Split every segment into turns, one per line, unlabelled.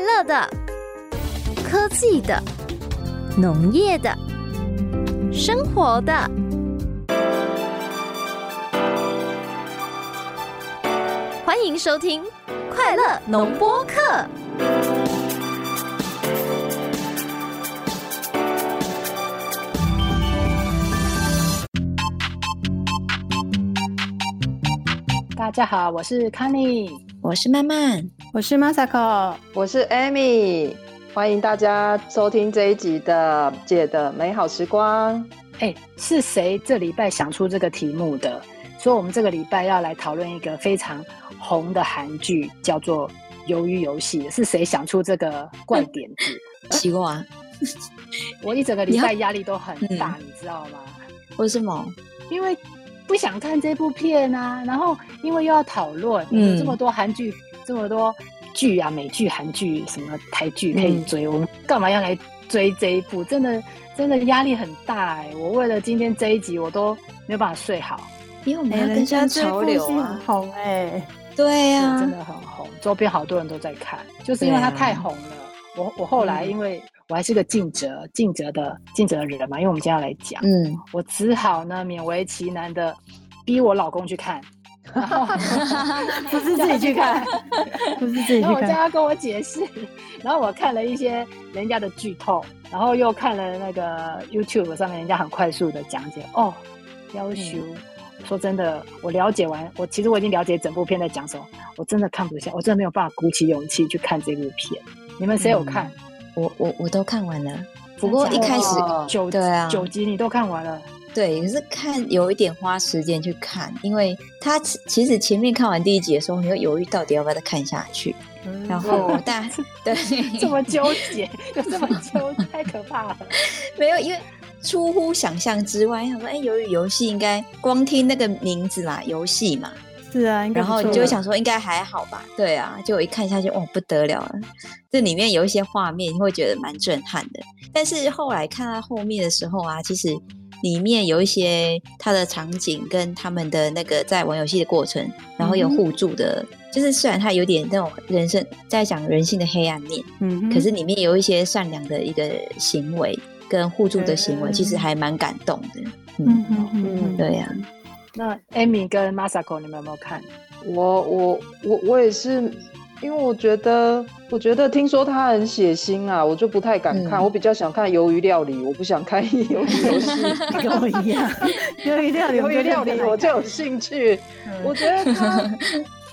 乐的、科技的、农业的、生活的。欢迎收听《快乐农播课》。
大家好，我是 c a n n
我是曼曼，
我是 Masako。
我是 Amy，欢迎大家收听这一集的《姐的美好时光》。
哎，是谁这礼拜想出这个题目的？所以，我们这个礼拜要来讨论一个非常红的韩剧，叫做《鱿鱼游戏》。是谁想出这个怪点子？
奇怪，
我一整个礼拜压力都很大，你知道吗？
为什么？
因为不想看这部片啊，然后因为又要讨论，
嗯
有这么多韩剧，这么多剧啊，美剧、韩剧、什么台剧可
嗯
以追，我们干嘛要来追这一部？真的，真的压力很大哎、我为了今天这一集，我都没有办法睡好。
因为我们
哎，
要跟
人家
上
这
潮
部
流
戏很
啊。
红哎、
对啊呀、
真的很红，周边好多人都在看，就是因为它太红了。我我后
嗯
来因为我还是个尽责尽责的尽责的人嘛，因为我们今天要来讲，
嗯，
我只好呢勉为其难的逼我老公去看，然后
不 是自己去看，不是自己
然后
去
我叫
看。
他跟我解释，然后我看了一些人家的剧透，然后又看了那个 YouTube 上面人家很快速的讲解。哦，
嗯
要求、说真的，我了解完，我其实我已经了解整部片在讲什么，我真的看不下，我真的没有办法鼓起勇气去看这部片。你们谁有看？
我我我都看完了，嗯不过一
真的
开始
哦九
对啊
九集你都看完了，
对，可是看有一点花时间去看，因为他其其实前面看完第一集的时候，你会犹豫到底要不要再看下去，然后
哦
但对
这么纠结， 就这么纠结，太可怕了。
没有，因为出乎想象之外，想说哎，由于游戏应该光听那个名字嘛，游戏嘛，
是啊，应该
然
不错
后你就会想说应该还好吧，对啊，就我一看下去，哦不得了了，这里面有一些画面你会觉得蛮震撼的。但是后来看到后面的时候啊，其实里面有一些它的场景跟他们的那个在玩游戏的过程，然后有
嗯
互助的，就是虽然它有点那种人生在讲人性的黑暗面，
嗯哼，
可是里面有一些善良的一个行为跟互助的行为，其实还蛮感动的。
嗯
嗯，
嗯嗯嗯，
对啊呀、
那 Amy 跟 Masako 你们有没有看？
我我我我也是，因为我觉得我觉得听说他很血腥啊，我就不太敢看。
嗯
我比较想看鱿鱼料理，我不想看鱿鱼游 戏。
嗯跟我一 样，鱿鱼料理，
鱿鱼料理我就有
是
兴趣。
嗯
我觉得他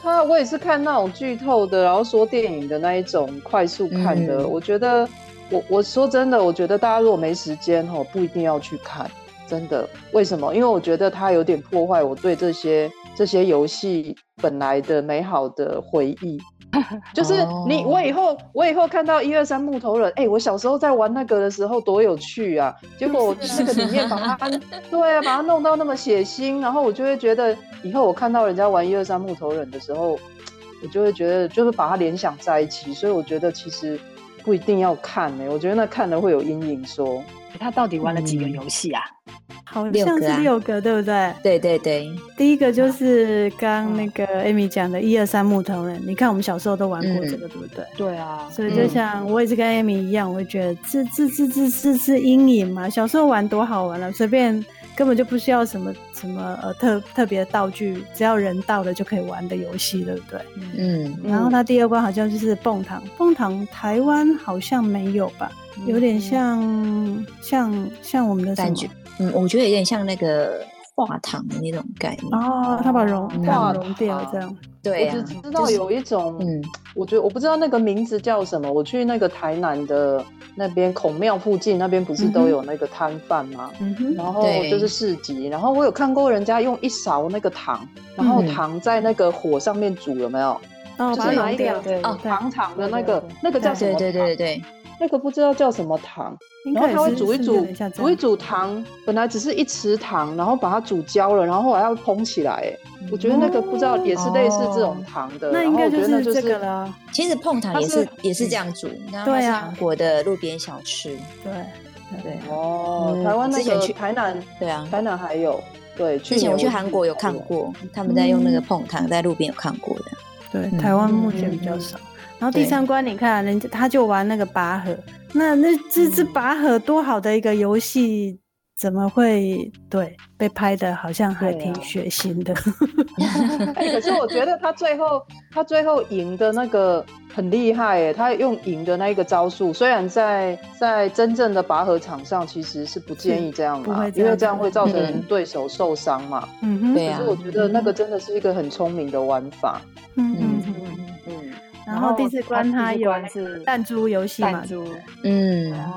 他我也是看那种剧透的，然后说电影的那一种快速看的。
嗯
我觉得我我说真的，我觉得大家如果没时间哦，不一定要去看。真的，为什么？因为我觉得它有点破坏我对这些这些游戏本来的美好的回忆。就是你，我以后我以后看到一二三木头人，哎、我小时候在玩那个的时候多有趣啊！结果我那个里面把 它，对啊，把它弄到那么血腥，然后我就会觉得以后我看到人家玩一二三木头人的时候，我就会觉得就是把它联想在一起，所以我觉得其实不一定要看呢、我觉得那看了会有阴影说
他到底玩了几个
嗯
游戏啊？
好
六
像
个啊
是六个，对不对？
对对对，
第一个就是刚
嗯
那个 Amy 讲的“一二三木头人”，你看我们小时候都玩过
嗯
这个，对不对？
对啊，
所以就像我也是跟 Amy 一样，我会觉得这这这这这是阴影嘛。小时候玩多好玩啊，随便根本就不需要什么什么呃特特别的道具，只要人到了就可以玩的游戏，对不对？
嗯
然后它第二关好像就是蹦糖，蹦糖台湾好像没有吧，
嗯
有点像像像我们的什么
感觉嗯，我觉得有点像那个化糖的那种概念。
哦，它把融
嗯
它把融掉这样，
对
我
呀、
只知道有一种，
嗯
我觉得我不知道那个名字叫什么。我去那个台南的那边孔庙附近，那边不
嗯
是都有那个摊贩吗？
嗯哼，
然后
对
就是市集，然后我有看过人家用一勺那个糖，然后
嗯
糖在那个火上面煮，有没有？
哦，
就是
把它
拿
融
一个
掉，
对
哦
对，
糖糖的那
对
个
对对，
那个叫什
对
么？
对对对，对，
那个不知道叫什么糖。
应
然后
该
它会
也是
煮一
是有
煮
点像，这
煮一
样。
煮糖，本来只是一匙糖，然后把它煮焦了，然后后来要蓬起来。哎，我觉得那个不知道也是类似这
哦
种糖的，
哦那
然
应
后我
该
觉得那
是
就
这
是
个了啊，
其实碰糖
它
也
是
是也是这样煮，然后它
对
是
啊
韩国的路边小吃，
对，
对啊
哦
嗯，
台湾那
之前
个
去
台南，
对啊。
台南还有对，去
之前
年
我去韩国有看过，他们在用那个碰糖在路边有看过的，
对，
嗯
台湾目前比较少。然后第
对
三关，你看啊人家他就玩那个拔河，那那这这拔河多好的一个游戏，怎么会对被拍的好像还
对啊
挺血腥的？
哎，可是我觉得他最后他最后赢的那个很厉害哎，他用赢的那一个招数，虽然在在真正的拔河场上其实是不建议这样
不会
啦，
这
因为
样
这样
子
会造成
嗯
对手受伤嘛。
嗯哼，
对
可
啊
是我觉得那个真的是一个很聪明的玩法。
嗯嗯
嗯
嗯。
嗯，
然后第四关
它
它
哦第四
有
关是
弹珠游戏嘛啊
弹，珠，
嗯，
哦，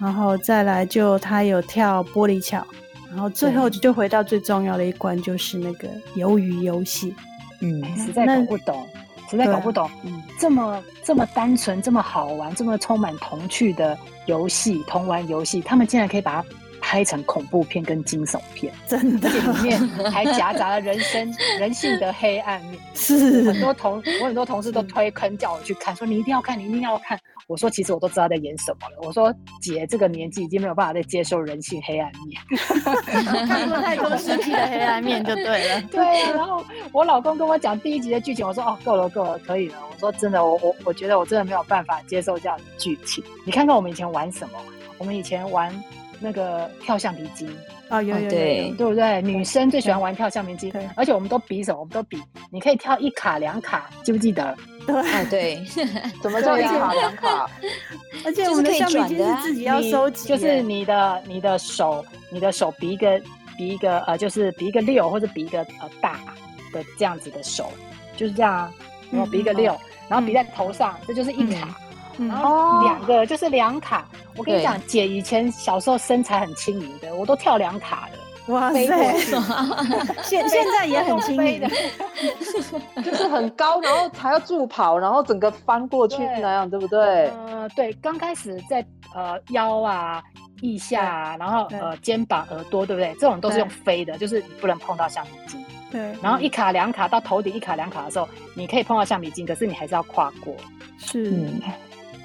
然后再来就它有跳玻璃桥，然后最后就回到最重要的一关，就是那个鱿鱼游戏。
哎
嗯，
实在
那啊
搞不懂，实在搞不懂，嗯这么这么单纯、这么好玩、这么充满童趣的游戏，童玩游戏，他们竟然可以把它拍成恐怖片跟惊悚片，
真的
这里面还夹杂了人 生人性的黑暗面。
是
很多同我很多同事都推坑叫我去看，说你一定要看，你一定要看。我说其实我都知道在演什么了。我说姐这个年纪已经没有办法再接受人性黑暗面。
看过太多世纪的黑暗面就对了。
对啊， 然后我老公跟我讲第一集的剧情，我说哦，够了，够了，可以了。我说真的，我我我觉得我真的没有办法接受这样的剧情。你看看我们以前玩什么？我们以前玩那个跳橡皮筋，
哦，有有有有
对，
对不对？女生最喜欢玩跳橡皮筋
对，
而且我们都比什么？我们都比你可以跳一卡两卡，记不记得？
哦对，
怎么叫一
对啊
卡两卡？
而且我们的橡皮筋是自己要收集
就
耶，
是啊你的你的手，你的手比一个比一个呃，就是比一个六或者比一个呃大的这样子的手，就是这样啊，然后比一个
嗯
六，然后比在头上，这就是一卡，然
啊哦
后
哦
两个就是两卡。我跟你
对
讲，姐以前小时候身材很轻盈的，我都跳两卡的，
哇
飞过
塞，
去，
现现在也很轻
飞
盈
的。。
就是很高，然后还要助跑，然后整个翻过去
对
那样，对不对？
嗯
呃，对，刚开始在呃腰啊、腋下啊，然后
对
呃肩膀、耳朵，对不对？这种都是
对
用飞的，就是你不能碰到橡皮筋。
对，
然后一卡两卡到头顶一卡两卡的时候，你可以碰到橡皮筋，可是你还是要跨过。
是
嗯，
哎、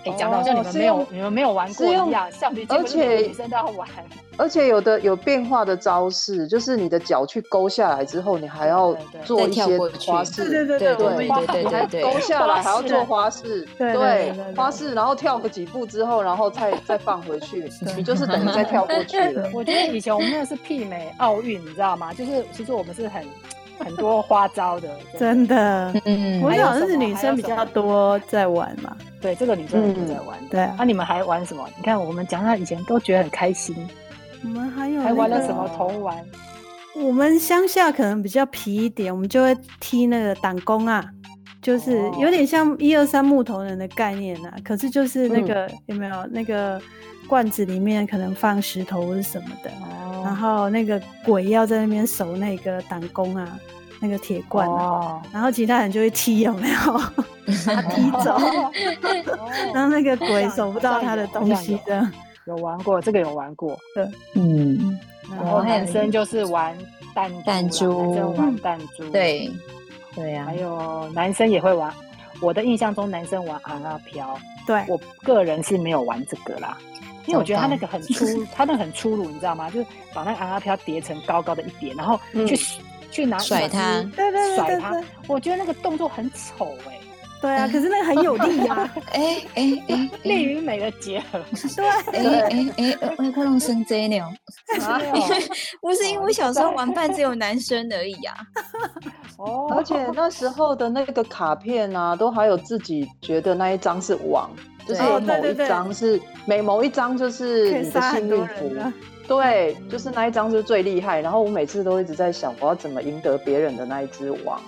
哦
讲到好像你们没有、
是用
你们没有玩过
是用
一样，橡皮筋
而
不是每个
且
女生都要玩。
而且有的有变化的招式，就是你的脚去勾下来之后，你还要
对对对
做一
再跳
些
过去
花
对对
式。
对
对
我
对
们
对
已
对对
你还
对对
勾下来，还要
花式
做花式，
对对对对对
花式，然后跳个几步之后，然后再再放回去，
对
你就是等于再跳过去 了。
我觉得以前我们那是媲美奥运，你知道吗？就是其实我们是很很多花招的，
真的，
嗯
我
还
是
有
好像
什
是
么
女
还
生
有
比
什
较
么
多在玩嘛，
对这个女生都在玩。
对啊
那、。你们还玩什么？你看我们讲到以前都觉得很开心，
我们还有
还玩
嗯那
了
个
什么童玩？
我们乡下可能比较皮一点，我们就会踢那个挡弓啊，就是
哦
有点像一二三木头人的概念啊。可是就是
嗯
那个、有没有那个罐子里面可能放石头或是什么的，然
哦
后那个鬼要在那边守那个挡弓啊，那个铁罐啊，
哦，
然后其他人就会踢有没有？ 把它踢 走，
哦
然 后那个鬼守不到他的东西
好像有好像有
这样。
有玩过这个有玩过，
嗯，
然后
哦还有
男生就是玩弹珠啦，
弹珠
男生
嗯
玩弹珠，，
对，对啊
还，有男生也会玩。我的印象中，男生玩昂啊飘，
对，
我个人是没有玩这个啦，因为我觉得他那个很粗，他那个很粗鲁，你知道吗？就是把那个昂啊飘叠成高高的一叠，然后去、去拿
嗯甩它
小鸡
对对对
甩
对
它
对，
我觉得那个动作很丑哎、
对啊！可是那个很有力啊，
哎哎哎
力与美的结 合，
哎哎哎哎，我我弄生这
没
呢？
有啊
不是因为我小时候玩伴只有男生而已啊，
哦，
而且那时候的那个卡片啊，都还有自己觉得那一张是王，就是
对
有
哦
对
某
对
一
对
张是每某一张就是
可以
你的
杀很
幸
多
运符
人，啊的。
对，就是那一张是最厉害。然后我每次都一直在想，我要怎么赢得别人的那一只王，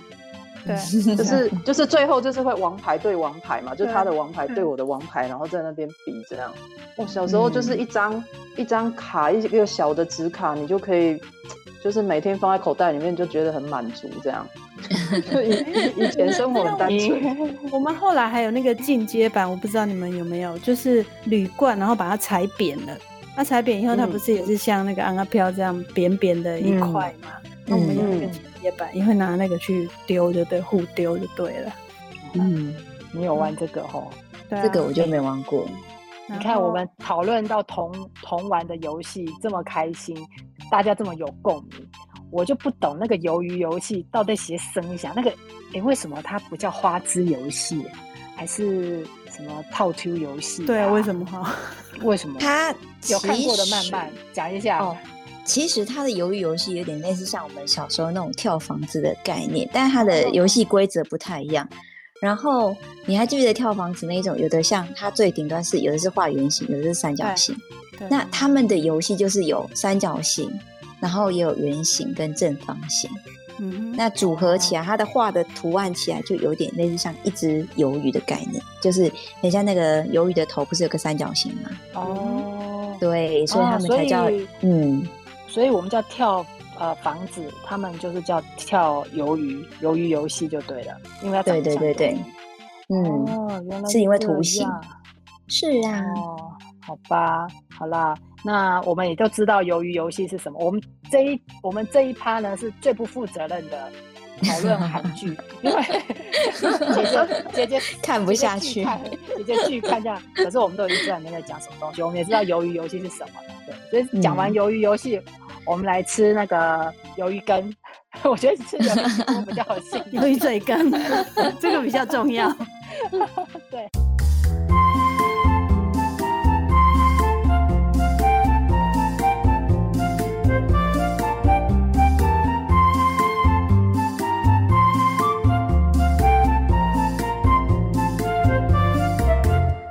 对，
就是就是最后就是会王牌对王牌嘛，就
对
他的王牌
嗯
对我的王牌，然后在那边比这样。我小时候就是一张、一张卡，一个小的纸卡，你就可以。就是每天放在口袋里面，就觉得很满足，这样。就以以以前生活很单 纯，
我们后来还有那个进阶版，我不知道你们有没有，就是铝罐，然后把它踩扁了。那踩扁以后，它
嗯
不是也是像那个安阿飘这样扁扁的一
嗯
块嘛？那我们有那个进阶嗯版，也会拿那个去丢，就对，互丢就对了。
嗯，
你有玩这个吼？
对啊、
这个我就没玩过，
然
你
后
看，我们讨论到同同玩的游戏这么开心，大家这么有共鸣，我就不懂那个鱿鱼游戏到底写声响，那个诶，为什么它不叫花枝游戏？啊还是什么套 Q 游戏、啊？
对，为什么哈？
为什么？
它
有看过的
其
慢
实
慢讲一下。
哦，其实它的鱿鱼游戏有点类似像我们小时候那种跳房子的概念，但它的游戏规则不太一样。然后你还记得跳房子那一种，有的像它最顶端是有的是画圆形，有的是三角
对
形。
对啊
那他们的游戏就是有三角形，然后也有圆形跟正方形。
嗯哼
那组合起来，它的画的图案起来就有点类似像一只鱿鱼的概念，就是很像那个鱿鱼的头不是有个三角形吗？
哦，
对，所以
哦
他们
所
才叫、
以
嗯，
所以我们叫跳呃房子，他们就是叫跳鱿鱼，鱿鱼游戏就对了，因为它长
对
得
对
像
对对
鱿鱼，
嗯，
哦，原来
是因为
这
图形
样
是啊，
哦，好吧，好啦，那我们也就知道鱿鱼游戏是什么。我们这一我们这一趴呢是最不负责任的讨论韩 剧，因为姐姐姐姐
看不
姐姐
下
剧
去
看姐姐剧看这样，可是我们都已经知道里面在讲什么东西，我们也知道鱿鱼游戏是什么了。对，所以讲完
嗯
鱿鱼游戏，我们来吃那个鱿鱼羹。 我觉得吃鱿鱼 羹比较有兴趣。
鱿鱼嘴 羹，这个比较重要。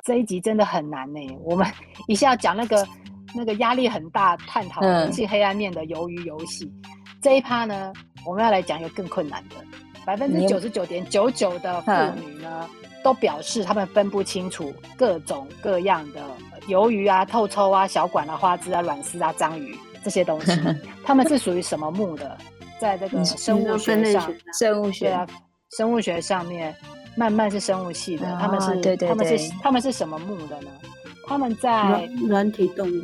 这一集真的很难呢、我 们一下讲那个那个压力很大，探讨
嗯
人性黑暗面的鱿鱼游戏，这一趴呢，我们要来讲一个更困难的。百分之
你
九十九点九九的妇女
嗯
呢，都表示她们分不清楚各种各样的鱿鱼啊、透抽啊、小管啊、花枝啊、卵丝啊、章鱼这些 东西，她们是属于什么目的？在这个
你
生物
分
学
类
上
学，
生物
对
学
啊，生物学上面，慢慢是生物系的，他们
啊
是
对对
他们是
对
他们是什么目的呢？他们在
软体动物，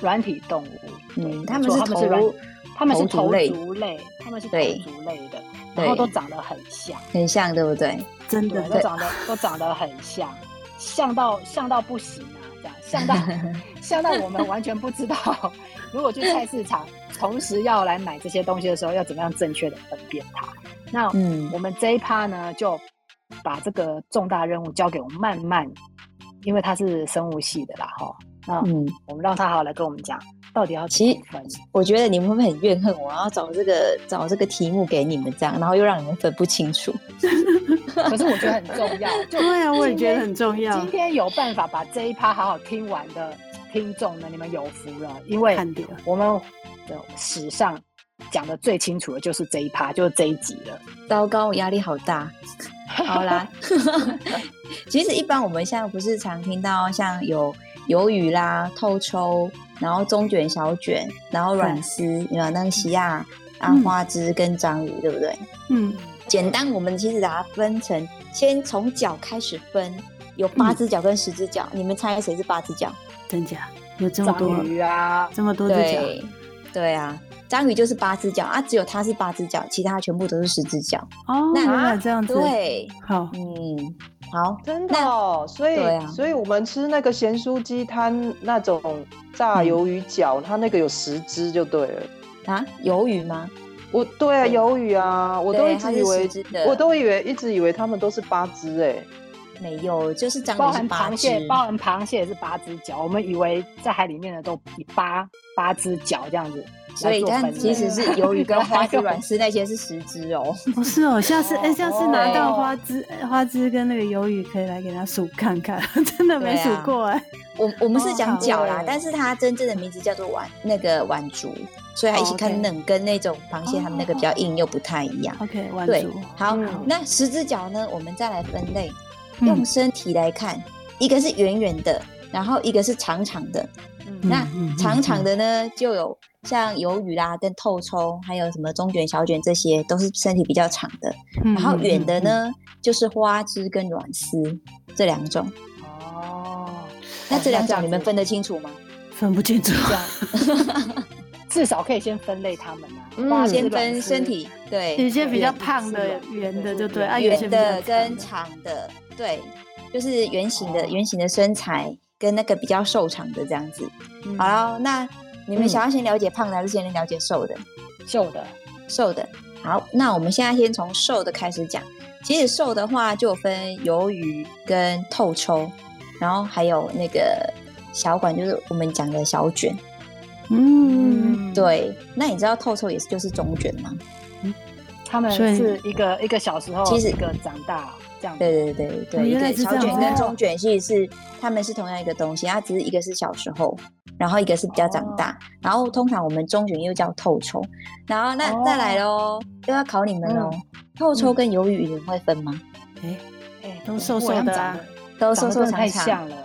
软体动物，对，
嗯
没
他们
错
是
他们是软
头
他们是
头
头
足类
足类，他们是头
对
足类的，然后
对
都长得很像，
很像，对不对？
真
对，
的
都长得都长得很像，像到像到不行啊，这样像到 像到我们完全不知道， 如果去菜市场，同时要来买这些东西的时候，要怎么样正确的分辨它？那
嗯
我们这一趴呢，就把这个重大任务交给我们慢慢，因为他是生物系的啦，哈。那
嗯，
我们让他好好来跟我们讲，到底要怎
其
么
实
分？
我觉得你们会不会很怨恨我，然后找这个找这个题目给你们这样，然后又让你们分不清楚？
可是我觉得很重要。就
对啊，我也
今
觉
天
得很重 要
今。天有办法把这一趴好好听完的听众呢，你们有福了，因为
看点
我们的史上讲的最清楚的就是这一趴，就是这一集了。
糟糕，我压力好大。 好啦， 其实一般我们现在不是常听到像有鱿鱼啦、透抽，然后中卷、小卷，然后软丝，有那个西亚、啊
嗯
花枝跟章鱼，对不对？
嗯，
简单，我们其实把它分成，先从脚开始分，有
嗯
八只脚跟十只脚，你们猜谁是八只脚？
真假有这么多
章鱼啊，
这么多只脚，
对，对啊，章鱼就是八只脚啊，只有它是八只脚，其他全部都是十只脚。
哦，
那
原来这样子，
对，
好，
嗯，好，
真的哦，所以、
对啊
所以我们吃那个咸酥鸡摊那种炸
嗯
鱿鱼饺，它那个有十只就对了。
啊，鱿鱼吗？
我对啊，
对
鱿鱼啊，我都
对
一
它
直
是
以为
十只的，
我都以为一直以为他们都是八只哎、
没有，就是章
包
鱼是
含
八
螃
只，
蟹，包含螃蟹也是八只脚。我们以为在海里面的都以八八只脚这样子
所
来
以
做分类，
但其实是鱿鱼跟花枝软丝那些是十只哦。
不是哦，下次哎、
哦
下次拿到
哦
花枝、哎花枝跟那个鱿鱼，可以来给他数看看， 真的没
对
数
啊
过哎、
我我们是
哦
讲
好
脚啦，
对
但是它真正的名字叫做碗那个碗竹，所以它一起
哦
看
，OK
冷跟那种螃蟹它们那个比较硬又不太一样。
OK，完
对
足，，
好
嗯，
那十只脚呢，我们再来分类，
嗯
用身体来看，一个是圆圆的，然后一个是长长的。
嗯
那
嗯嗯
长长的呢，就有像鱿鱼啦、跟透抽，还有什么中卷、小卷这些，都是身体比较长的。
嗯
然后远的，
嗯嗯
呢，就是花枝跟软丝这两种。
哦。
那这两
那这样
种你们
子
分得清楚吗？
嗯分不清楚，
这样，至少可以先分类它们啊。
嗯
花枝
先
卵
分
丝
身体，
有
对，
些比较
圆
胖
是
的
吧
圆的
对
就对，
圆
啊，有些
圆
比较
的跟
长
长的，对，就是圆形的
哦
圆形的身材跟那个比较瘦长的这样子。好了，那你们
嗯
想要先了解胖的，还是先了解瘦的？
秀的，
瘦的。好，那我们现在先从瘦的开始讲。其实兽的话就有分鱿鱼跟透抽，然后还有那个小管，就是我们讲的小卷。
嗯，
嗯，，
对，那你知道透抽也是就是中卷吗？
他们
所以
是一个一个小时候，
其实
一个长大这样子。
对对对对
哦
对，一
原来
个
是
小
这样
卷跟
哦
中卷其实是它们是同样一个东西，它只是一个是小时候，然后一个是比较长大，
哦
然后通常我们中卷又叫透抽，然后那、
哦嗯
再来喽，又要考你们喽，透抽跟鱿鱼你们会分吗？
哎
都瘦瘦的啊
都
我
瘦
想长得长得
瘦
真的
长
太
长，
像了。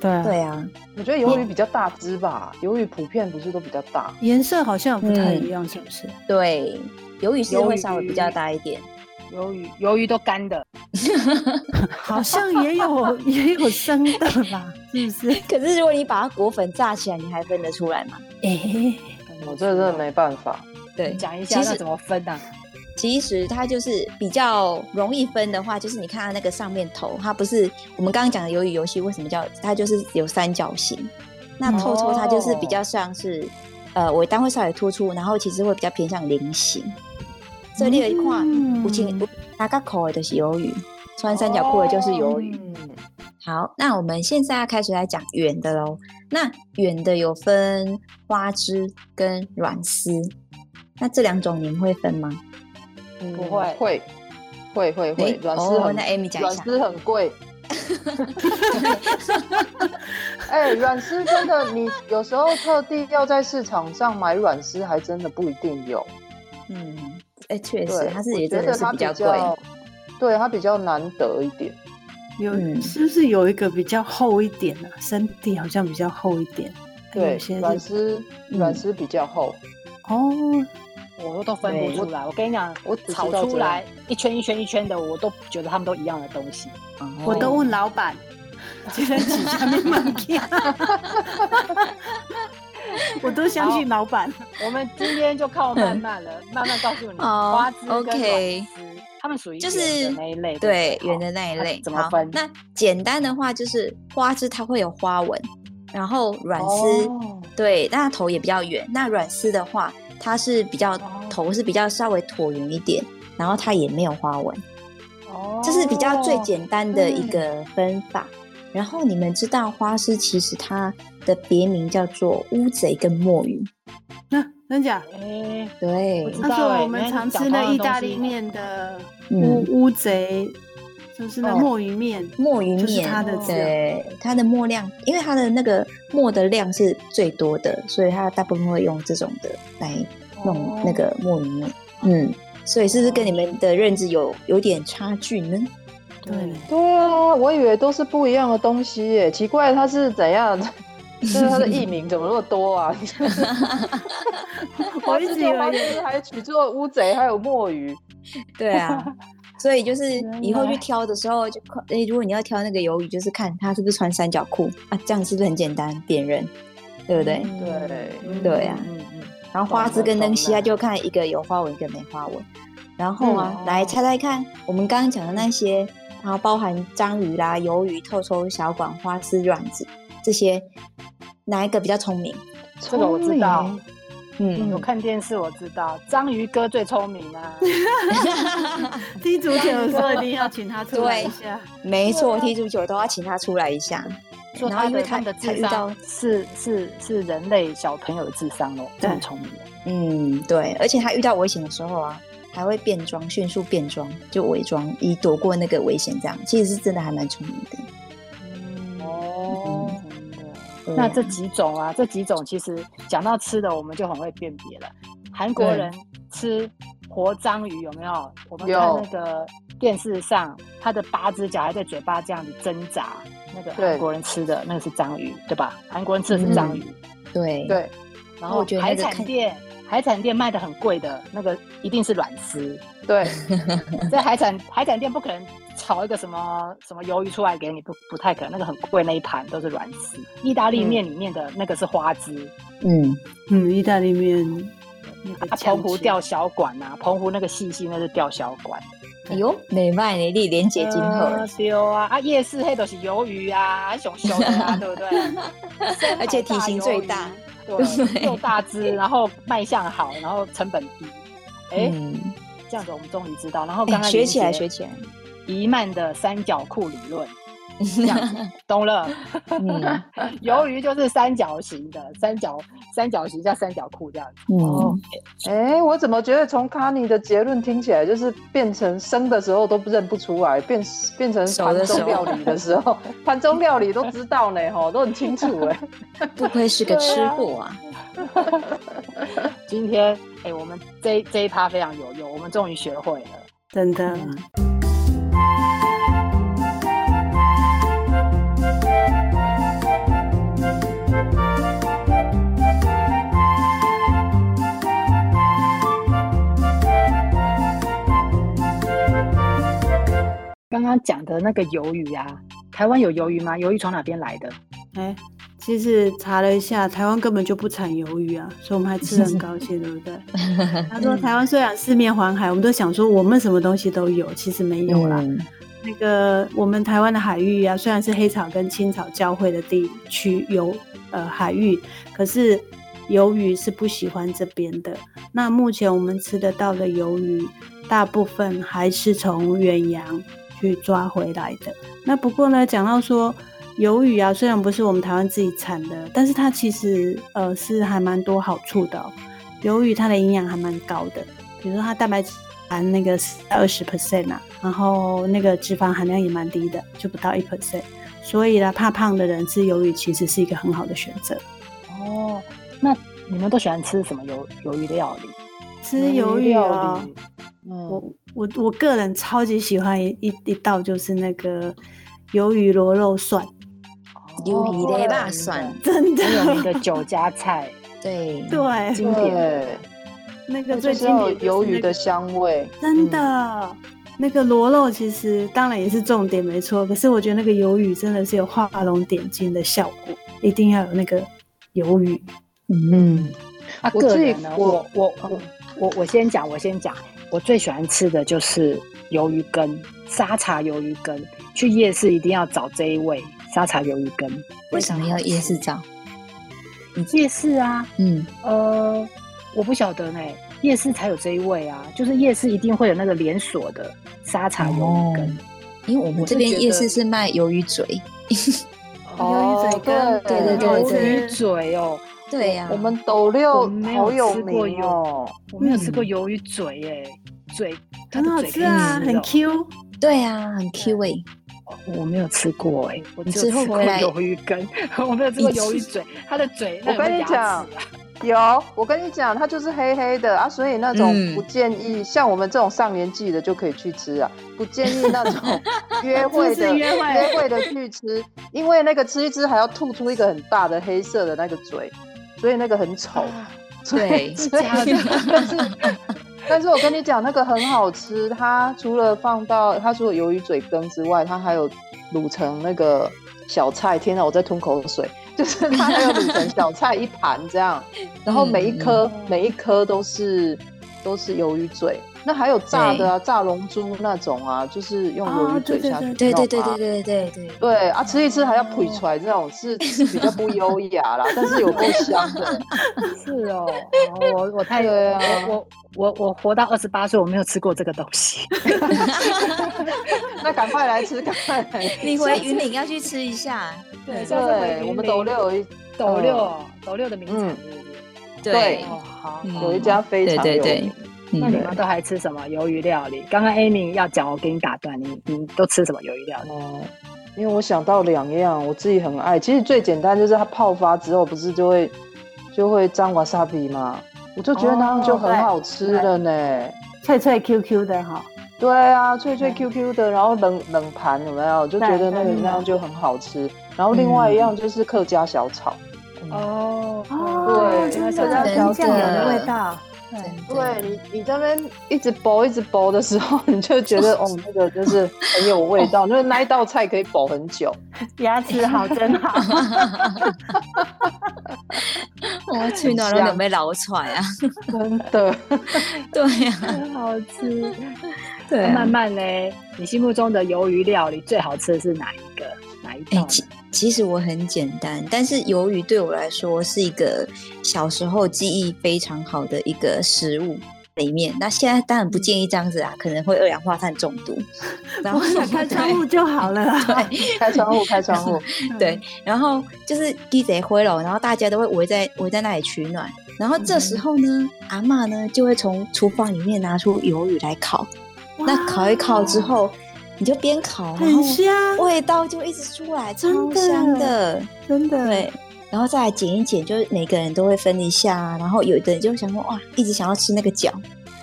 对啊，
对啊，
我觉得鱿鱼比较大只吧，鱿鱼普遍不是都比较大。
颜色好像不太
嗯
一样，是不是？
对，鱿鱼是
鱿
会
鱼
稍微比较大一点，
鱿鱼，鱿鱼都干的，
好像也有 也有生的吧，是不是？
可是如果你把它裹粉炸起来，你还分得出来吗？
哎、
嗯
我这真
哦
的没办法。
对，
嗯讲一
其
下
实
那怎么分啊？
其实它就是比较容易分的话，就是你看它那个上面头，它不是我们刚刚讲的鱿鱼游戏，为什么叫它就是有三角形？那透抽它就是比较像是、呃尾端会稍微突出，然后其实会比较偏向菱形。所以你有一块
嗯
有钱有哪个口的就是鱿鱼，穿三角裤的就是鱿鱼。
嗯，
好，那我们现在要开始来讲圆的喽。那圆的有分花枝跟软丝，那这两种你们会分吗？
嗯
不会
会，会会会
诶，
软丝
哦
很
那 Amy 讲一
软
下
丝很 贵。哎、软丝真的，你有时候特地要在市场上买软丝，还真的不一定有。
嗯，哎、确实
对，，
它是
我
也
觉
真的
得
是
它
比较贵。
较，对它比较难得一点。
有、
嗯
是不是有一个比较厚一点啊？身体好像比较厚一点，还有
对
一些，
软
是
丝
嗯
软丝比较厚。
哦，
我都分不
对
出来。我跟你讲，
我只知道
炒
这样
出来一圈一圈一圈的，我都觉得他们都一样的东西。
我都问老板，今天几家面满价，我都相信老板。
我们今天就靠慢慢了，慢慢告诉你
哦
花枝跟软
OK
丝，他们属于
就是
圆的那一类，
对
不
圆的那一类
啊。怎
好
么分？
那简单的话就是花枝它会有花纹，然后软丝、
哦
对，那头也比较圆。那软丝的话，它是比较、
哦
头是比较稍微椭圆一点，然后它也没有花纹，
哦
这是比较最简单的一个分法。然后你们知道花枝其实它的别名叫做乌贼跟墨鱼，
那、真假？
哎
对
我知道
那时候
欸
我们常吃那意大利面的
嗯
乌乌贼，就是那
哦
墨鱼面，
墨鱼
就是
面，
它的字
对它的墨量，因为它的那个墨的量是最多的，所以它大部分会用这种的来
哦
弄那个墨鱼面。嗯，所以是不是跟你们的认知有有点差距呢？
对
嗯，
对啊，我以为都是不一样的东西耶，奇怪它是怎样？ 就 是它的艺名怎么那么多啊？
我一直以
花
为
枝还取作乌贼，还有墨鱼。
对啊，所以 就是
原
以后去
来
挑的时候就看，诶，如果你要挑那个鱿鱼，就是看它是不是穿三角裤啊，这样是不是很简单辨认？对不对？
对，
对啊
嗯嗯嗯
然后花枝跟灯芯，它就看一个有花纹，一个没花纹。然后啊，
嗯
来猜猜看，我们刚刚讲的那些，然后包含章鱼啦、鱿鱼、透抽、小管、花枝、软子这些，哪一个比较聪明？
这个我知道，
欸
嗯，
我看电视我知道，章鱼哥最聪明 啊，
踢足球的时候一定要请他出来
对
一下。
没
啊
错，踢足球都要请他出来一下。
说
然后
他
因为
的
他
他的
他
智
遇到
商是是是人类小朋友的智商哦，这么聪明。
嗯，对，而且他遇到危险的时候啊，还会变装，迅速变装，就伪装，以躲过那个危险。这样其实是真的还蛮聪明的。
哦，真的。
对
那
啊
这几种啊，这几种其实讲到吃的，我们就很会辨别了。韩国
对
人吃活章鱼有没有？我们
有
看那个电视上，它的八只脚还在嘴巴这样子挣扎。那个
对
韩国人吃的那个是章鱼，对吧？韩国人吃的是章鱼，
对
对，
然
我
后
觉得嗯那
海
个
产
看
店。海产店卖的很贵的那个一定是软丝，
对，
在海产海产店不可能炒一个什么什么鱿鱼出来给你，不不太可能，那个很贵，那一盘都是软丝。意大利面里面的那个是花枝，
嗯，
嗯，意大利面那个
啊，
酱
澎湖
汁
吊小管呐、啊，澎湖那个细细那是吊小管，
哎呦，美麦你丽连结晶后了。
呃对啊，啊夜市黑都是鱿鱼啊，啊熊熊的 啊，对不对？深海
而且体型最大
大 鱿鱼，对，啊又大只，然后卖相好，然后成本低。哎、
嗯
这样子我们终于知道。然后
哎
刚刚
学起来，
林
学
杰
起来。
黎曼的三角裤理 论，这样子懂了？
嗯
鱿鱼就是三角形的，三角三角形加三角裤这样子。哦
嗯，
哎，我怎么觉得从卡尼的结论听起来，就是变成生的时候都认不出来，变变成
熟的
盘
时
中
候
料理的时候，盘中料理都知道呢，吼，都很清楚哎。
不愧是个吃货啊！
今天哎、我们这这一趴非常有用，我们终于学会了。
真的。
刚刚讲的那个鱿鱼啊，台湾有鱿鱼吗？鱿鱼从哪边来的？
哎，其实查了一下，台湾根本就不产鱿鱼啊，所以我们还吃得很高兴，对不对？他说台湾虽然四面环海，我们都想说我们什么东西都有，其实没有啦。
嗯
那个我们台湾的海域啊，虽然是黑潮跟青潮交汇的地区有呃海域，可是鱿鱼是不喜欢这边的。那目前我们吃得到的鱿鱼，大部分还是从远洋去抓回来的。那不过呢，讲到说鱿鱼啊，虽然不是我们台湾自己产的，但是它其实呃是还蛮多好处的、哦。鱿鱼它的营养还蛮高的，比如说它蛋白质含那个二十 percent 啊，然后那个脂肪含量也蛮低的，就不到一 percent。所以啦，怕胖的人吃鱿鱼其实是一个很好的选择。
哦，那你们都喜欢吃什么鱿鱿鱼料理？
吃鱿鱼
料
啊、
理，嗯，
我我我个人超级喜欢一一一道就是那个鱿鱼螺肉蒜，
鱿鱼
的
的肉蒜，
真
很哦有名
的
的酒家 菜，
对
对啊
经典。
对，
那个
就
最
是
经
要
典
有
就是那
鱿鱼
个
的香味。
真的，那个螺肉其实当然也是重点，没错。可是我觉得那个鱿鱼真的是有画龙点睛的效果，一定要有那个鱿鱼。
嗯，
啊，
我
个
自己
人呢，嗯我
我哦
我我我我先讲，我先讲，我最喜欢吃的就是鱿鱼羹，沙茶鱿鱼羹。去夜市一定要找这一味沙茶鱿鱼羹。
为什么要夜市找？
夜市啊，
嗯
呃，我不晓得呢、夜市才有这一味啊，就是夜市一定会有那个连锁的沙茶鱿鱼
哦
羹。
因为我们这边夜市是卖鱿鱼嘴，
鱿鱼嘴羹
对
对对
鱿
对
鱼嘴哦，
对啊呀、
我们斗六
我没有
好有
吃过
名哦，
我没有吃过鱿鱼嘴耶、嘴它
很
的
好
嘴
吃
可以
啊，
吃
很
哦
Q。
对呀、很 Q 欸味、
我没有吃过哎、我
你
只有
之后
吃过
回来
鱿鱼羹，我没有吃过鱿鱼嘴，它的嘴那
我
有
跟
没有
你
牙齿啊，
有，我跟你讲，它就是黑黑的啊，所以那种
嗯
不建议、像我们这种上年纪的就可以去吃啊，不建议 那种约会
真
的
是约会
约会的去吃，因为那个吃一吃还要吐出一个很大的黑色的那个嘴，所以那个很丑。所以
对
所以
假的
但是 但是我跟你讲，那个很好吃，它除了放到它除了鱿鱼嘴羹之外，它还有卤成那个小菜。天哪，我在吞口水。 就是它还有卤成小菜一盘这样， 然后每一
嗯
颗、每一颗都是都是鱿鱼嘴，那还有炸的啊，炸龙珠那种啊，就是用鱿鱼嘴下去、弄
哦对对对
嘛
对哦对对对对，
对啊，吃一吃还要吐出来，这种是比较不优雅啦， 但是有够 香的。
是哦，哦我我太
对啊
我我我我活到二十八岁，我没有吃过这个东西。
那赶快来吃，赶快来吃。
你回云岭要去吃一下，
对下次回
对，
云
我们
林
斗六有一
斗六哦，斗六的名产
嗯
是不是
对
哦，好，
嗯
有一家非常
对
有
对
名。
嗯
那你们都还吃什么鱿鱼料理？刚刚 Amy 要讲，我给你打断，你你都吃什么鱿鱼料理？
哦，因为我想到两样，我自己很爱。其实最简单就是它泡发之后，不是就会就会沾瓦萨比嘛，我就觉得那样就很好吃了呢。
脆脆 Q Q 的哈，
对啊，脆脆 Q Q 的，然后冷冷盘有没有？就觉得那个那样就很好吃。然后另外一样就是客家小炒，
哦啊
哦，
对
真的
这个
甜酱油的
真的
真
味道，
的
对你，你这边一直煲一直煲的时候，你就觉 得哦，那个就是很有味道，就是那一道菜可以煲很久。
牙齿好真好。
我哦去那都两杯老喘啊，
真的，
对啊呀、
很好 吃。
对、
慢
啊。
慢嘞，你心目中的鱿鱼料理最好吃的是哪一个？哪一道
哎
呢？
其其实我很简单，但是鱿鱼对我来说是一个小时候记忆非常好的一个食物，里面。那现在当然不建议这样子啊，可能会二氧化碳中 毒。然后
我想开窗户就好了啊。
开窗户，开窗 户，
对， 然后就是 DJ 灰楼，然后大家都会围在围在那里取暖。然后这时候呢，
嗯
阿嬷呢就会从厨房里面拿出鱿鱼来烤。
哇，
那烤一烤之后，你就边烤，然后
很香，
味道就一直出来，
真
超
的
香的。
真的。
对，然后再来剪一剪，就是每个人都会分一下啊。然后有的人就想说，哇，一直想要吃那个饺，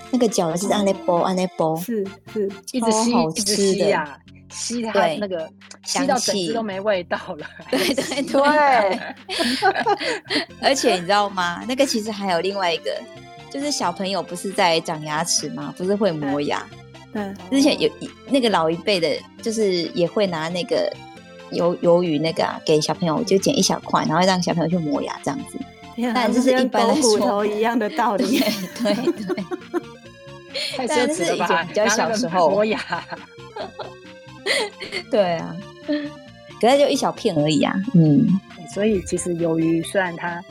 那个饺是按那包按那包，
是是，
一直吸
超好，
一直
吃
吸
的
呀、吸它
啊对
那个吸
香
到整
气
只都没味道了。
对对对。
对，
而且你知道吗？那个其实还有另外一个，就是小朋友不是在长牙齿吗？不是会磨牙？
对，
之前有那个老一辈的，就是也会拿那个鱿鱿鱼那个、啊、给小朋友，就剪一小块，然后让小朋友去磨牙这样子。
天啊
但
它
这是
跟
一般
狗
来说
骨头一样的道
对
理。
对对，
太
但
奢
是
侈了
以
吧
前？比较
拿那
小
个
时候
磨牙，
对啊， 可是就一小片而已啊。嗯，
所以其实鱿鱼虽然它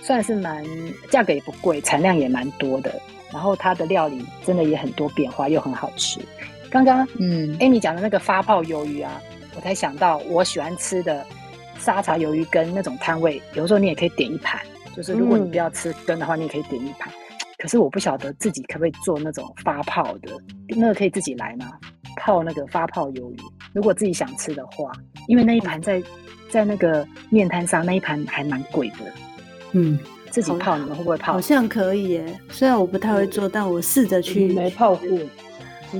算是蛮价格也不贵，产量也蛮多的，然后它的料理真的也很多变化，又很好吃。刚刚
嗯，
Amy 讲的那个发泡鱿鱼啊，我才想到我喜欢吃的沙茶鱿鱼羹那种摊位，有时候你也可以点一盘，就是如果你
嗯
不要吃羹的话，你也可以点一盘。可是我不晓得自己可不可以做那种发泡的，那个可以自己来吗？泡那个发泡鱿鱼，如果自己想吃的话，因为那一盘在在那个面摊上那一盘还蛮贵的，
嗯，
自己
好
泡你们会不会泡
好？像可以耶。虽然我不太会
嗯
做，但我试着去。
没泡过。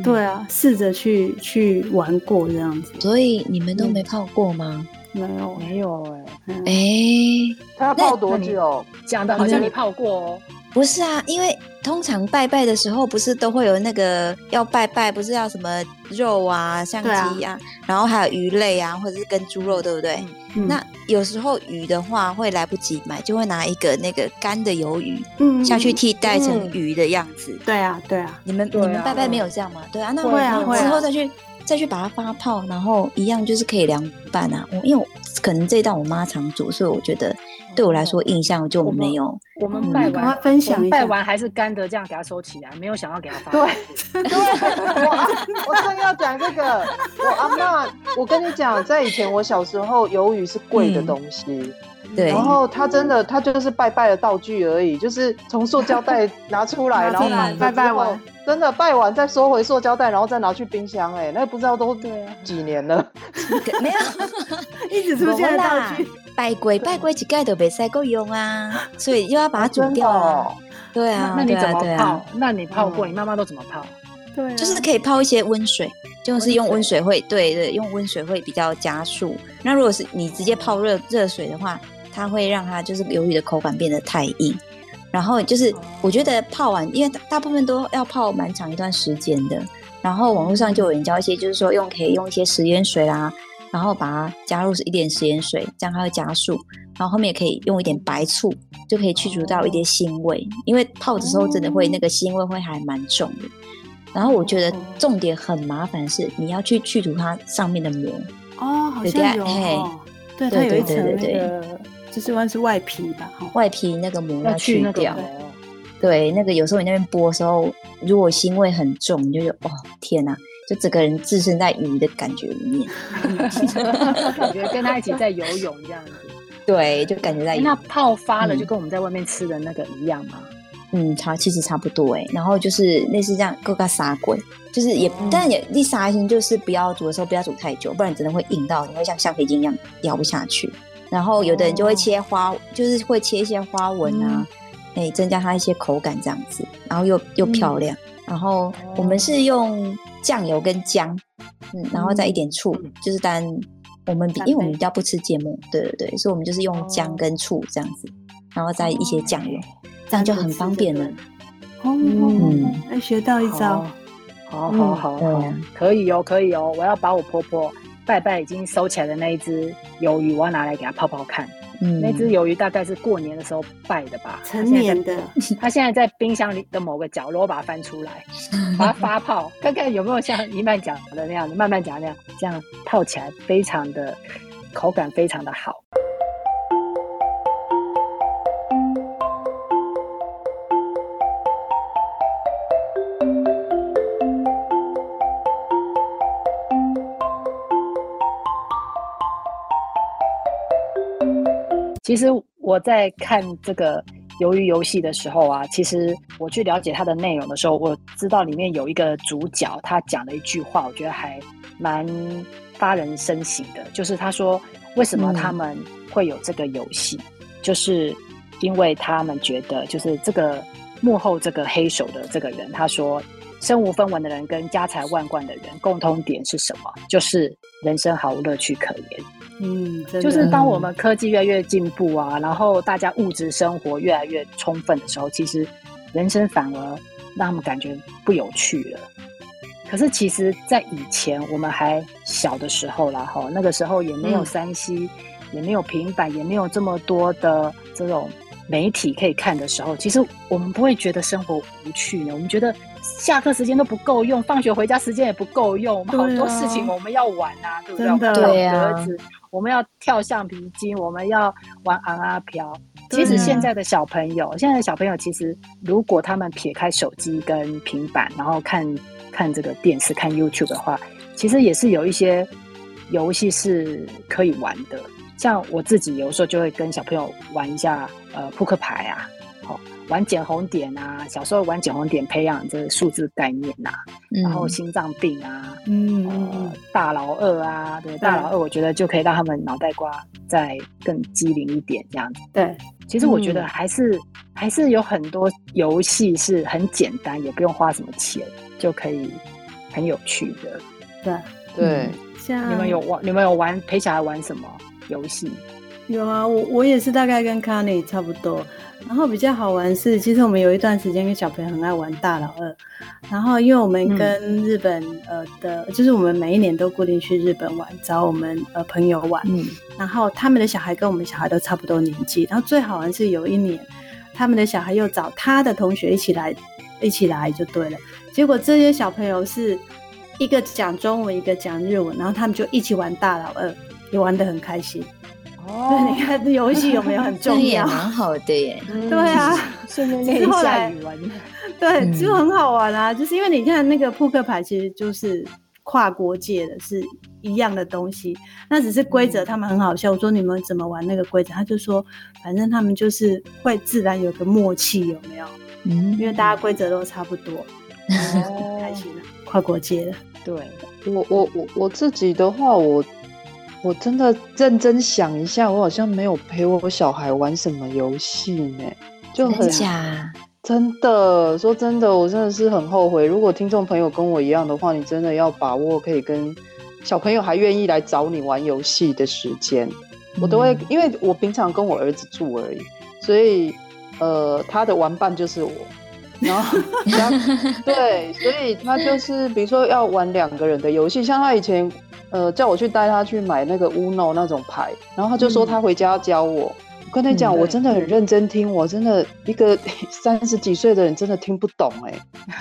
对啊，试着去去玩过这样子。
所以你们都没泡过吗？
没有，
没有哎、
嗯
哎、
它
那
要泡多
那你
久？
讲的好像你泡过哦。
不是啊，因为通常拜拜的时候，不是都会有那个要拜拜，不是要什么肉啊、像
对啊
鸡啊，然后还有鱼类啊，或者是跟猪肉，对不对？
嗯
那有时候鱼的话会来不及买，就会拿一个那个干的鱿鱼
嗯
下去
嗯
替代成
嗯
鱼的样子。
对啊，对啊，
你们、
对啊
你们拜拜没有这样吗？对啊，那
会啊
我
会啊
之后再去再去把它发泡，然后一样就是可以凉拌啊。我因为我可能这一道我妈常煮，所以我觉得对我来说印象就没有。
我们
嗯
拜
哦赶快
完，
分享
我们
一下
拜完还是干的，这样给它收起来，没有想要给它发。
对，对，我我正要讲这个。我阿嬷，我跟你讲，在以前我小时候，鱿鱼是贵的
嗯
东西，
对
然后它真的，它就是拜拜的道具而已，就是从塑胶 袋拿出来，
拿
然
出
后
来
绑着
拜拜
之后
完，
真的拜完再收回塑胶袋，然后再拿去冰箱、哎，那不知道都
对啊
几年了。
可没有
一直出现的道
啦
具。，
拜鬼拜鬼乞丐都没塞够用啊，所以又要把它煮
真的
掉啊。
哦
对
那
啊，
那你
对
怎
啊，
么
对
泡？
啊，
那你泡过？
嗯
你妈妈都怎么 泡？
对啊，
就是可以泡一些温水，就是用温水会对对，用温水会比较加速。那如果是你直接泡热热水的话，它会让它就是鱿鱼的口感变得太硬。然后
哦
就是我觉得泡完，因为大大部分都要泡蛮长一段时间的。然后网络上就有人教一些，就是说用可以用一些食盐水啦，然后把它加入一点食盐水，这样它会加速。然后后面也可以用一点白醋，就可以去除
哦
掉一点腥味，因为泡的时候真的会那个腥味会还蛮重的。然后我觉得重点很麻烦是你要去去除它上面的膜，
哦，好
有点
像有
嘿
哦，对，它
对
有一
对
层
对
那
对
个，就是算是外皮吧，哦哈。
外皮那个膜
要
去
那个
掉。
哦
对，那个有时候你那边剥的时候，如果腥味很重，你就觉得哦天哪，就整个人置身在鱼的感觉里面。
感觉跟他一起在游泳这样子。
对，就感觉 在
哎
鱼
那泡发了
嗯
就跟我们在外面吃的那个一样吗？
嗯，差其实差不多哎。然后就是类似这样各个杀鬼，就是也，但也一杀心就是不要煮的时候不要煮太久，不然真的会硬到你会像橡皮筋一样咬不下去。然后有的人就会切花，就是会切一些花纹啊，哎、增加它一些口感这样子，然后又又漂亮。然后我们是用酱油跟姜，嗯，然后再一点醋，
嗯
就是单我们比
单
因为我们
杯
比较不吃芥末，对对对，所以我们就是用姜跟醋这样子，然后再一些酱油，哦这样就很方便了。
哦，
嗯
哎，学到一招
好。，好好好
嗯
好
对啊，
可以哦，可以哦。我要把我婆婆拜拜已经收起来的那一只鱿鱼，我要拿来给她泡泡看。
嗯，
那 只鱿鱼大概是过年的时候拜的吧？
成年的，
它现在在冰箱里的某个角落，我把它翻出来，把它发泡，看看有没有像一曼讲的那样子，慢慢讲那样，这样泡起来非常的口感非常的好。其实我在看这个鱿鱼游戏的时候啊，其实我去了解它的内容的时候，我知道里面有一个主角他讲了一句话，我觉得还蛮发人深省的，就是他说为什么他们会有这个游戏，就是因为他们觉得就是这个幕后这个黑手的这个人，他说。身无分文的人跟家财万贯的人共通点是什么？就是人生毫无乐趣可言。
嗯，真的
就是当我们科技越来越进步啊，然后大家物质生活越来越充分的时候，其实人生反而让他们感觉不有趣了。可是其实，在以前我们还小的时候啦，哈，那个时候也没有
嗯
三 C，、也没有平板，也没有这么多的这种媒体可以看的时候，其实我们不会觉得生活无趣呢。我们觉得下课时间都不够用，放学回家时间也不够用，我们好
对啊
多事情我们要玩啊，对不对？
真
我们
的
要
对啊
折纸，我们要跳橡皮筋，我们要玩昂啊飘。
对
其
啊
实现在的小朋友，现在的小朋友其实，如果他们撇开手机跟平板，然后看看这个电视、看 YouTube 的话，其实也是有一些游戏是可以玩的。像我自己有时候就会跟小朋友玩一下呃扑克牌啊，好、玩捡红点啊，小时候玩捡红点，培养这个数字概念呐、然后
嗯
心脏病啊，
嗯嗯
呃
嗯，
大老二啊，对，大老二，我觉得就可以让他们脑袋瓜再更机灵一点这样子。
对，
其实我觉得还是、还是有很多游戏是很简单，也不用花什么钱就可以很有趣的。
对，
像
你们有玩？你们有玩陪小孩玩什么游戏？
有啊，我我也是大概跟 c a n n y 差不多。然后比较好玩是，其实我们有一段时间跟小朋友很爱玩大老二。然后因为我们
嗯
跟日本、呃的，就是我们每一年都固定去日本玩，找我们呃朋友玩。
嗯
然后他们的小孩跟我们小孩都差不多年纪。然后最好玩是有一年，他们的小孩又找他的同学一起来，一起来就对了。结果这些小朋友是一个讲中文，一个讲日文，然后他们就一起玩大老二，也玩得很开心。对，
哦
你看游戏有没有很
这
重
也
要？
蛮好的耶。
对啊，
顺便
练
练
一
一
下
嗯下
语
语文。
对，
嗯
就很好玩啊！就是因为你看那个扑克牌，其实就是跨国界的，是一样的东西。那只是规则，他们很好笑。我说你们怎么玩那个规则？他就说，反正他们就是会自然有个默契，有没有？
嗯
因为大家规则都差不多，
哦
开心了，跨国界的。
对，
我我我我自己的话，我我真的认真想一下，我好像没有陪我小孩玩什么游戏呢，就很
真假？
真的说真的，我真的是很后悔。如果听众朋友跟我一样的话，你真的要把握可以跟小朋友还愿意来找你玩游戏的时间。我都会
嗯，
因为我平常跟我儿子住而已，所以呃，他的玩伴就是我。然后，然后对，所以他就是比如说要玩两个人的游戏，像他以前呃叫我去带他去买那个 Uno 那种牌，然后他就说
嗯
他回家要教我。我跟你
嗯
讲，我
对
真的很认真听，我真的一个 三十几岁的人真的听不懂哎、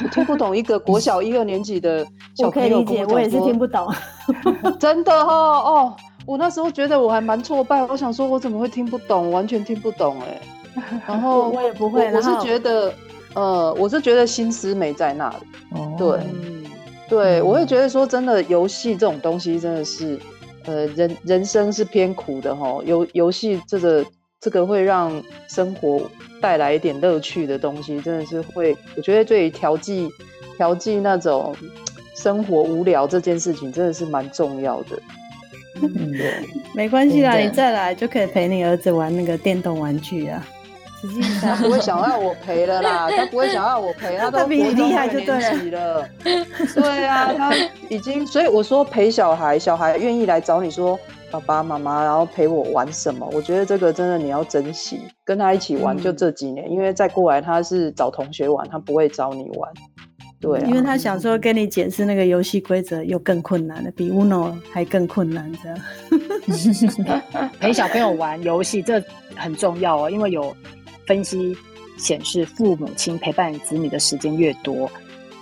我听不懂一个国小一二年级的 小
我可
朋
以
友
理
跟
解，
我讲
我也是
说
听不懂。
真的哦哦，我那时候觉得我还蛮挫败，我想说我怎么会听不懂，完全听不懂哎、然后
我也不会
我我是
然后
觉得呃，我是觉得心思没在那里。
哦
对
嗯，
对，
嗯
我会觉得说真的，游戏这种东西真的是，呃，人人生是偏苦的哈。游游戏这个这个会让生活带来一点乐趣的东西，真的是会，我觉得对于调剂调剂那种生活无聊这件事情，真的是蛮重要的。
嗯
没关系啦，
真的
你再来就可以陪你儿子玩那个电动玩具啊。实际
他
上，
不会想要我赔 了啦，他不会想要我赔，他
他
都
比你
国中
厉害
二
就
年
对了
级了。对啊，他已经，所以我说陪小孩，小孩愿意来找你说爸爸妈妈，然后陪我玩什么？我觉得这个真的你要珍惜，跟他一起玩
嗯
就这几年，因为再过来他是找同学玩，他不会找你玩。对
因
啊
为，他想说跟你解释那个游戏规则又更困难了，比 Uno 还更困难这样。
陪小朋友玩游戏这很重要哦，因为有分析显示，父母亲陪伴子女的时间越多，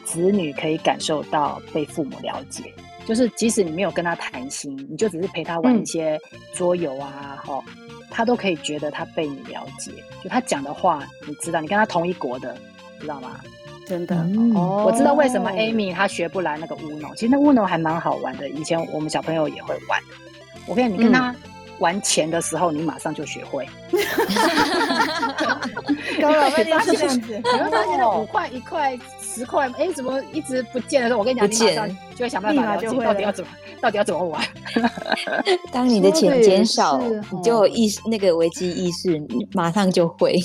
子女可以感受到被父母了解。就是即使你没有跟他谈心，你就只是陪他玩一些桌游啊，吼、他都可以觉得他被你了解。就他讲的话，你知道，你跟他同一国的，知道吗？
真的，
嗯
哦，
嗯我知道为什么 Amy 她学不来那个乌龙，其实那乌龙还蛮好玩的，以前我们小朋友也会玩。我跟你，你跟他玩钱的时候，你马上就学 会。
搞老半
你会
天
发
是这
现
样子，
你会哦发现那五块、一块、十块，哎、怎么一直不见的时候，我跟你讲，
不
你马
见
上就会想办法
立马
了解
就会
到底
了
要怎么，到底要怎么玩。
当你的
说得
钱
也
减少，
是
你就有意识那个危机意识，你马上就会。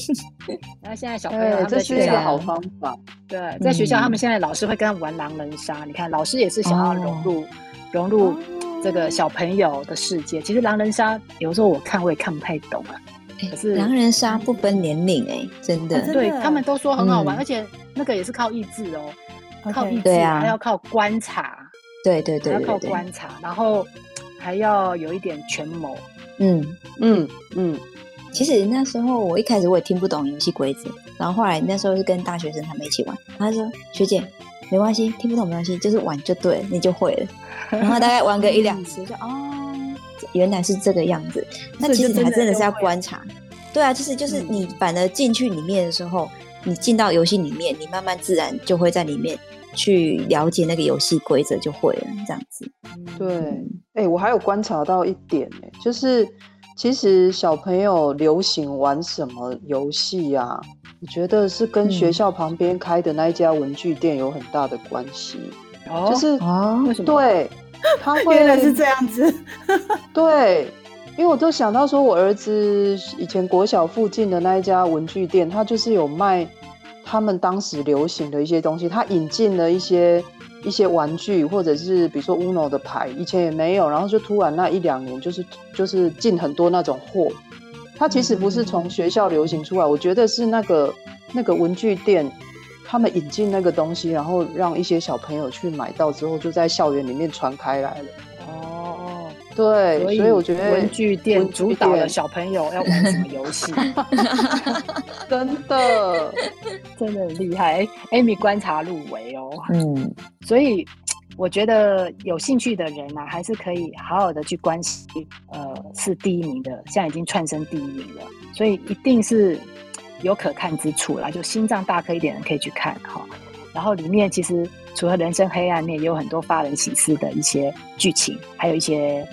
然后现在小朋友他们
对，这
在
是
学
一个
校，
好方法。
对，在学校
嗯
他们现在老师会跟他们玩狼人杀，你看老师也是想要
哦
融入、融入这个小朋友的世界。其实狼人杀有时候我看我也看不太懂啊，
哎
可是
狼人杀不分年龄，哎，真的
啊真的
对他们都说很好玩，
嗯
而且那个也是靠意志哦，靠
OK
意志，
对啊
还要靠观察，
对对
还
对
要
对
靠
对，
观察，然后还要有一点权谋。
嗯。
嗯嗯，
其实那时候我一开始我也听不懂游戏规则，然后后来那时候是跟大学生他们一起玩，他说学姐没关系，听不懂没关系，就是玩就对了，你就会了。然后大概玩个一两次就哦，这原来是这个样子。那
所以
其
就
实你还
真的
真的是
就
要
会了
观察，对啊，就是就是
嗯
你反而进去里面的时候，你进到游戏里面，你慢慢自然就会在里面去了解那个游戏规则，就会了这样子。嗯
对。哎、我还有观察到一点、欸，就是其实小朋友流行玩什么游戏啊？我觉得是跟学
嗯
校旁边开的那一家文具店有很大的关系，
哦
就是
哦，
为什么？
对，他会
原来是这样子，
对，因为我就想到说，我儿子以前国小附近的那一家文具店，他就是有卖他们当时流行的一些东西，他引进了一些一些玩具，或者是比如说 Uno 的牌，以前也没有，然后就突然那一两年就是就是进很多那种货。它其实不是从学校流行出来，我觉得是那个那个文具店，他们引进那个东西，然后让一些小朋友去买到之后，就在校园里面传开来了。
哦，
对，所以我觉得
文具店
文具
主导了
店
小朋友要玩什么游戏，
真 的，
真的很厉害。哎 Amy 观察入围哦，
嗯，
所以我觉得有兴趣的人呐、还是可以好好的去关心。呃，是第一名的，现在已经窜升第一名了，所以一定是有可看之处啦。就心脏大颗一点的可以去看哈、然后里面其实除了人生黑暗面，也有很多发人省思的一些剧情，还有一些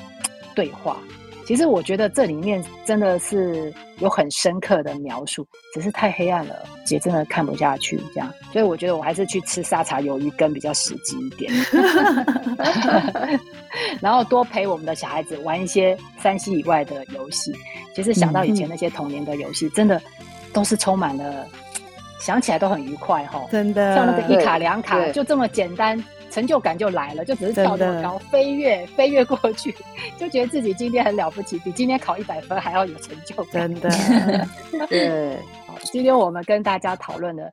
对话。其实我觉得这里面真的是有很深刻的描述，只是太黑暗了，也真的看不下去这样。所以我觉得我还是去吃沙茶鱿鱼羹比较实际一点，然后多陪我们的小孩子玩一些山西以外的游戏。其实想到以前那些童年的游戏，真的都是充满了，想起来都很愉快哈、
真的。
像那个
对
一卡两卡，
对
就这么简单，成就感就来了，就只是跳那
真
么
的
高，飞跃飞跃过去， 就觉得自己今天很了不起，比今天考一百分还要有成就感。
真的，
对，
好今天我们跟大家讨论的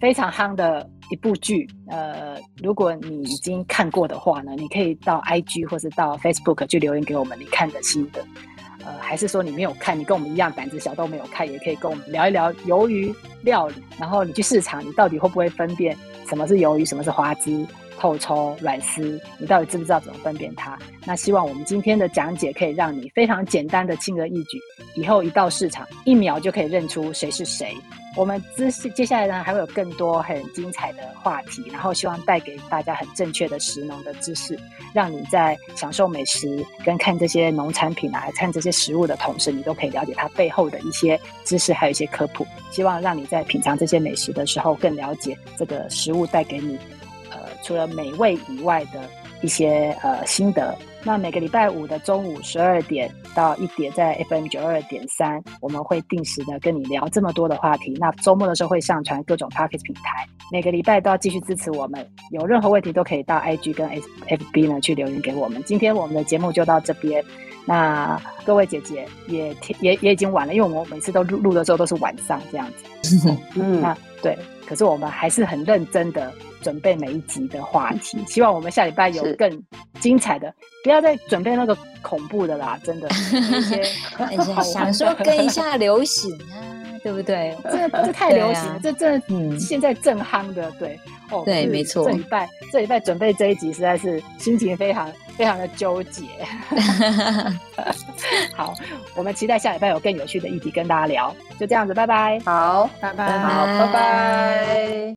非常夯的一部剧，呃，如果你已经看过的话呢，你可以到 IG 或是到 Facebook 去留言给我们你看的心得。呃，还是说你没有看，你跟我们一样胆子小都没有看，也可以跟我们聊一聊鱿鱼料理。然后你去市场，你到底会不会分辨什么是鱿鱼，什么是花枝、透抽、软丝？你到底知不知道怎么分辨它？那希望我们今天的讲解可以让你非常简单的轻而易举，以后一到市场一秒就可以认出谁是谁。我们接接下来呢还会有更多很精彩的话题，然后希望带给大家很正确的食农的知识，让你在享受美食跟看这些农产品啊、看这些食物的同时，你都可以了解它背后的一些知识，还有一些科普。希望让你在品尝这些美食的时候，更了解这个食物带给你呃除了美味以外的一些呃心得。那每个礼拜五的中午十二点到一点，在 FM 九二点三，我们会定时的跟你聊这么多的话题。那周末的时候会上传各种 p o c k e t 平台，每个礼拜都要继续支持我们。有任何问题都可以到 IG 跟 F- FB 呢去留言给我们。今天我们的节目就到这边。那各位姐姐也天也也已经晚了，因为我们每次都录录的时候都是晚上这样子。
嗯，
那对，可是我们还是很认真的准备每一集的话 题，希望我们下礼拜有
是
更精彩的，不要再准备那个恐怖的啦， 真的。有一些
而且想说跟一下流行啊，对不对？
这这太流行，
对啊
这这
嗯
现在正夯的，对哦，
对
是
没错
这礼拜这礼拜准备这一集实在是心情非常非常的纠 结。好，我们期待下礼拜有更有趣的议题跟大家聊，就这样子，拜拜。
好，
拜
拜
拜。
好，拜拜。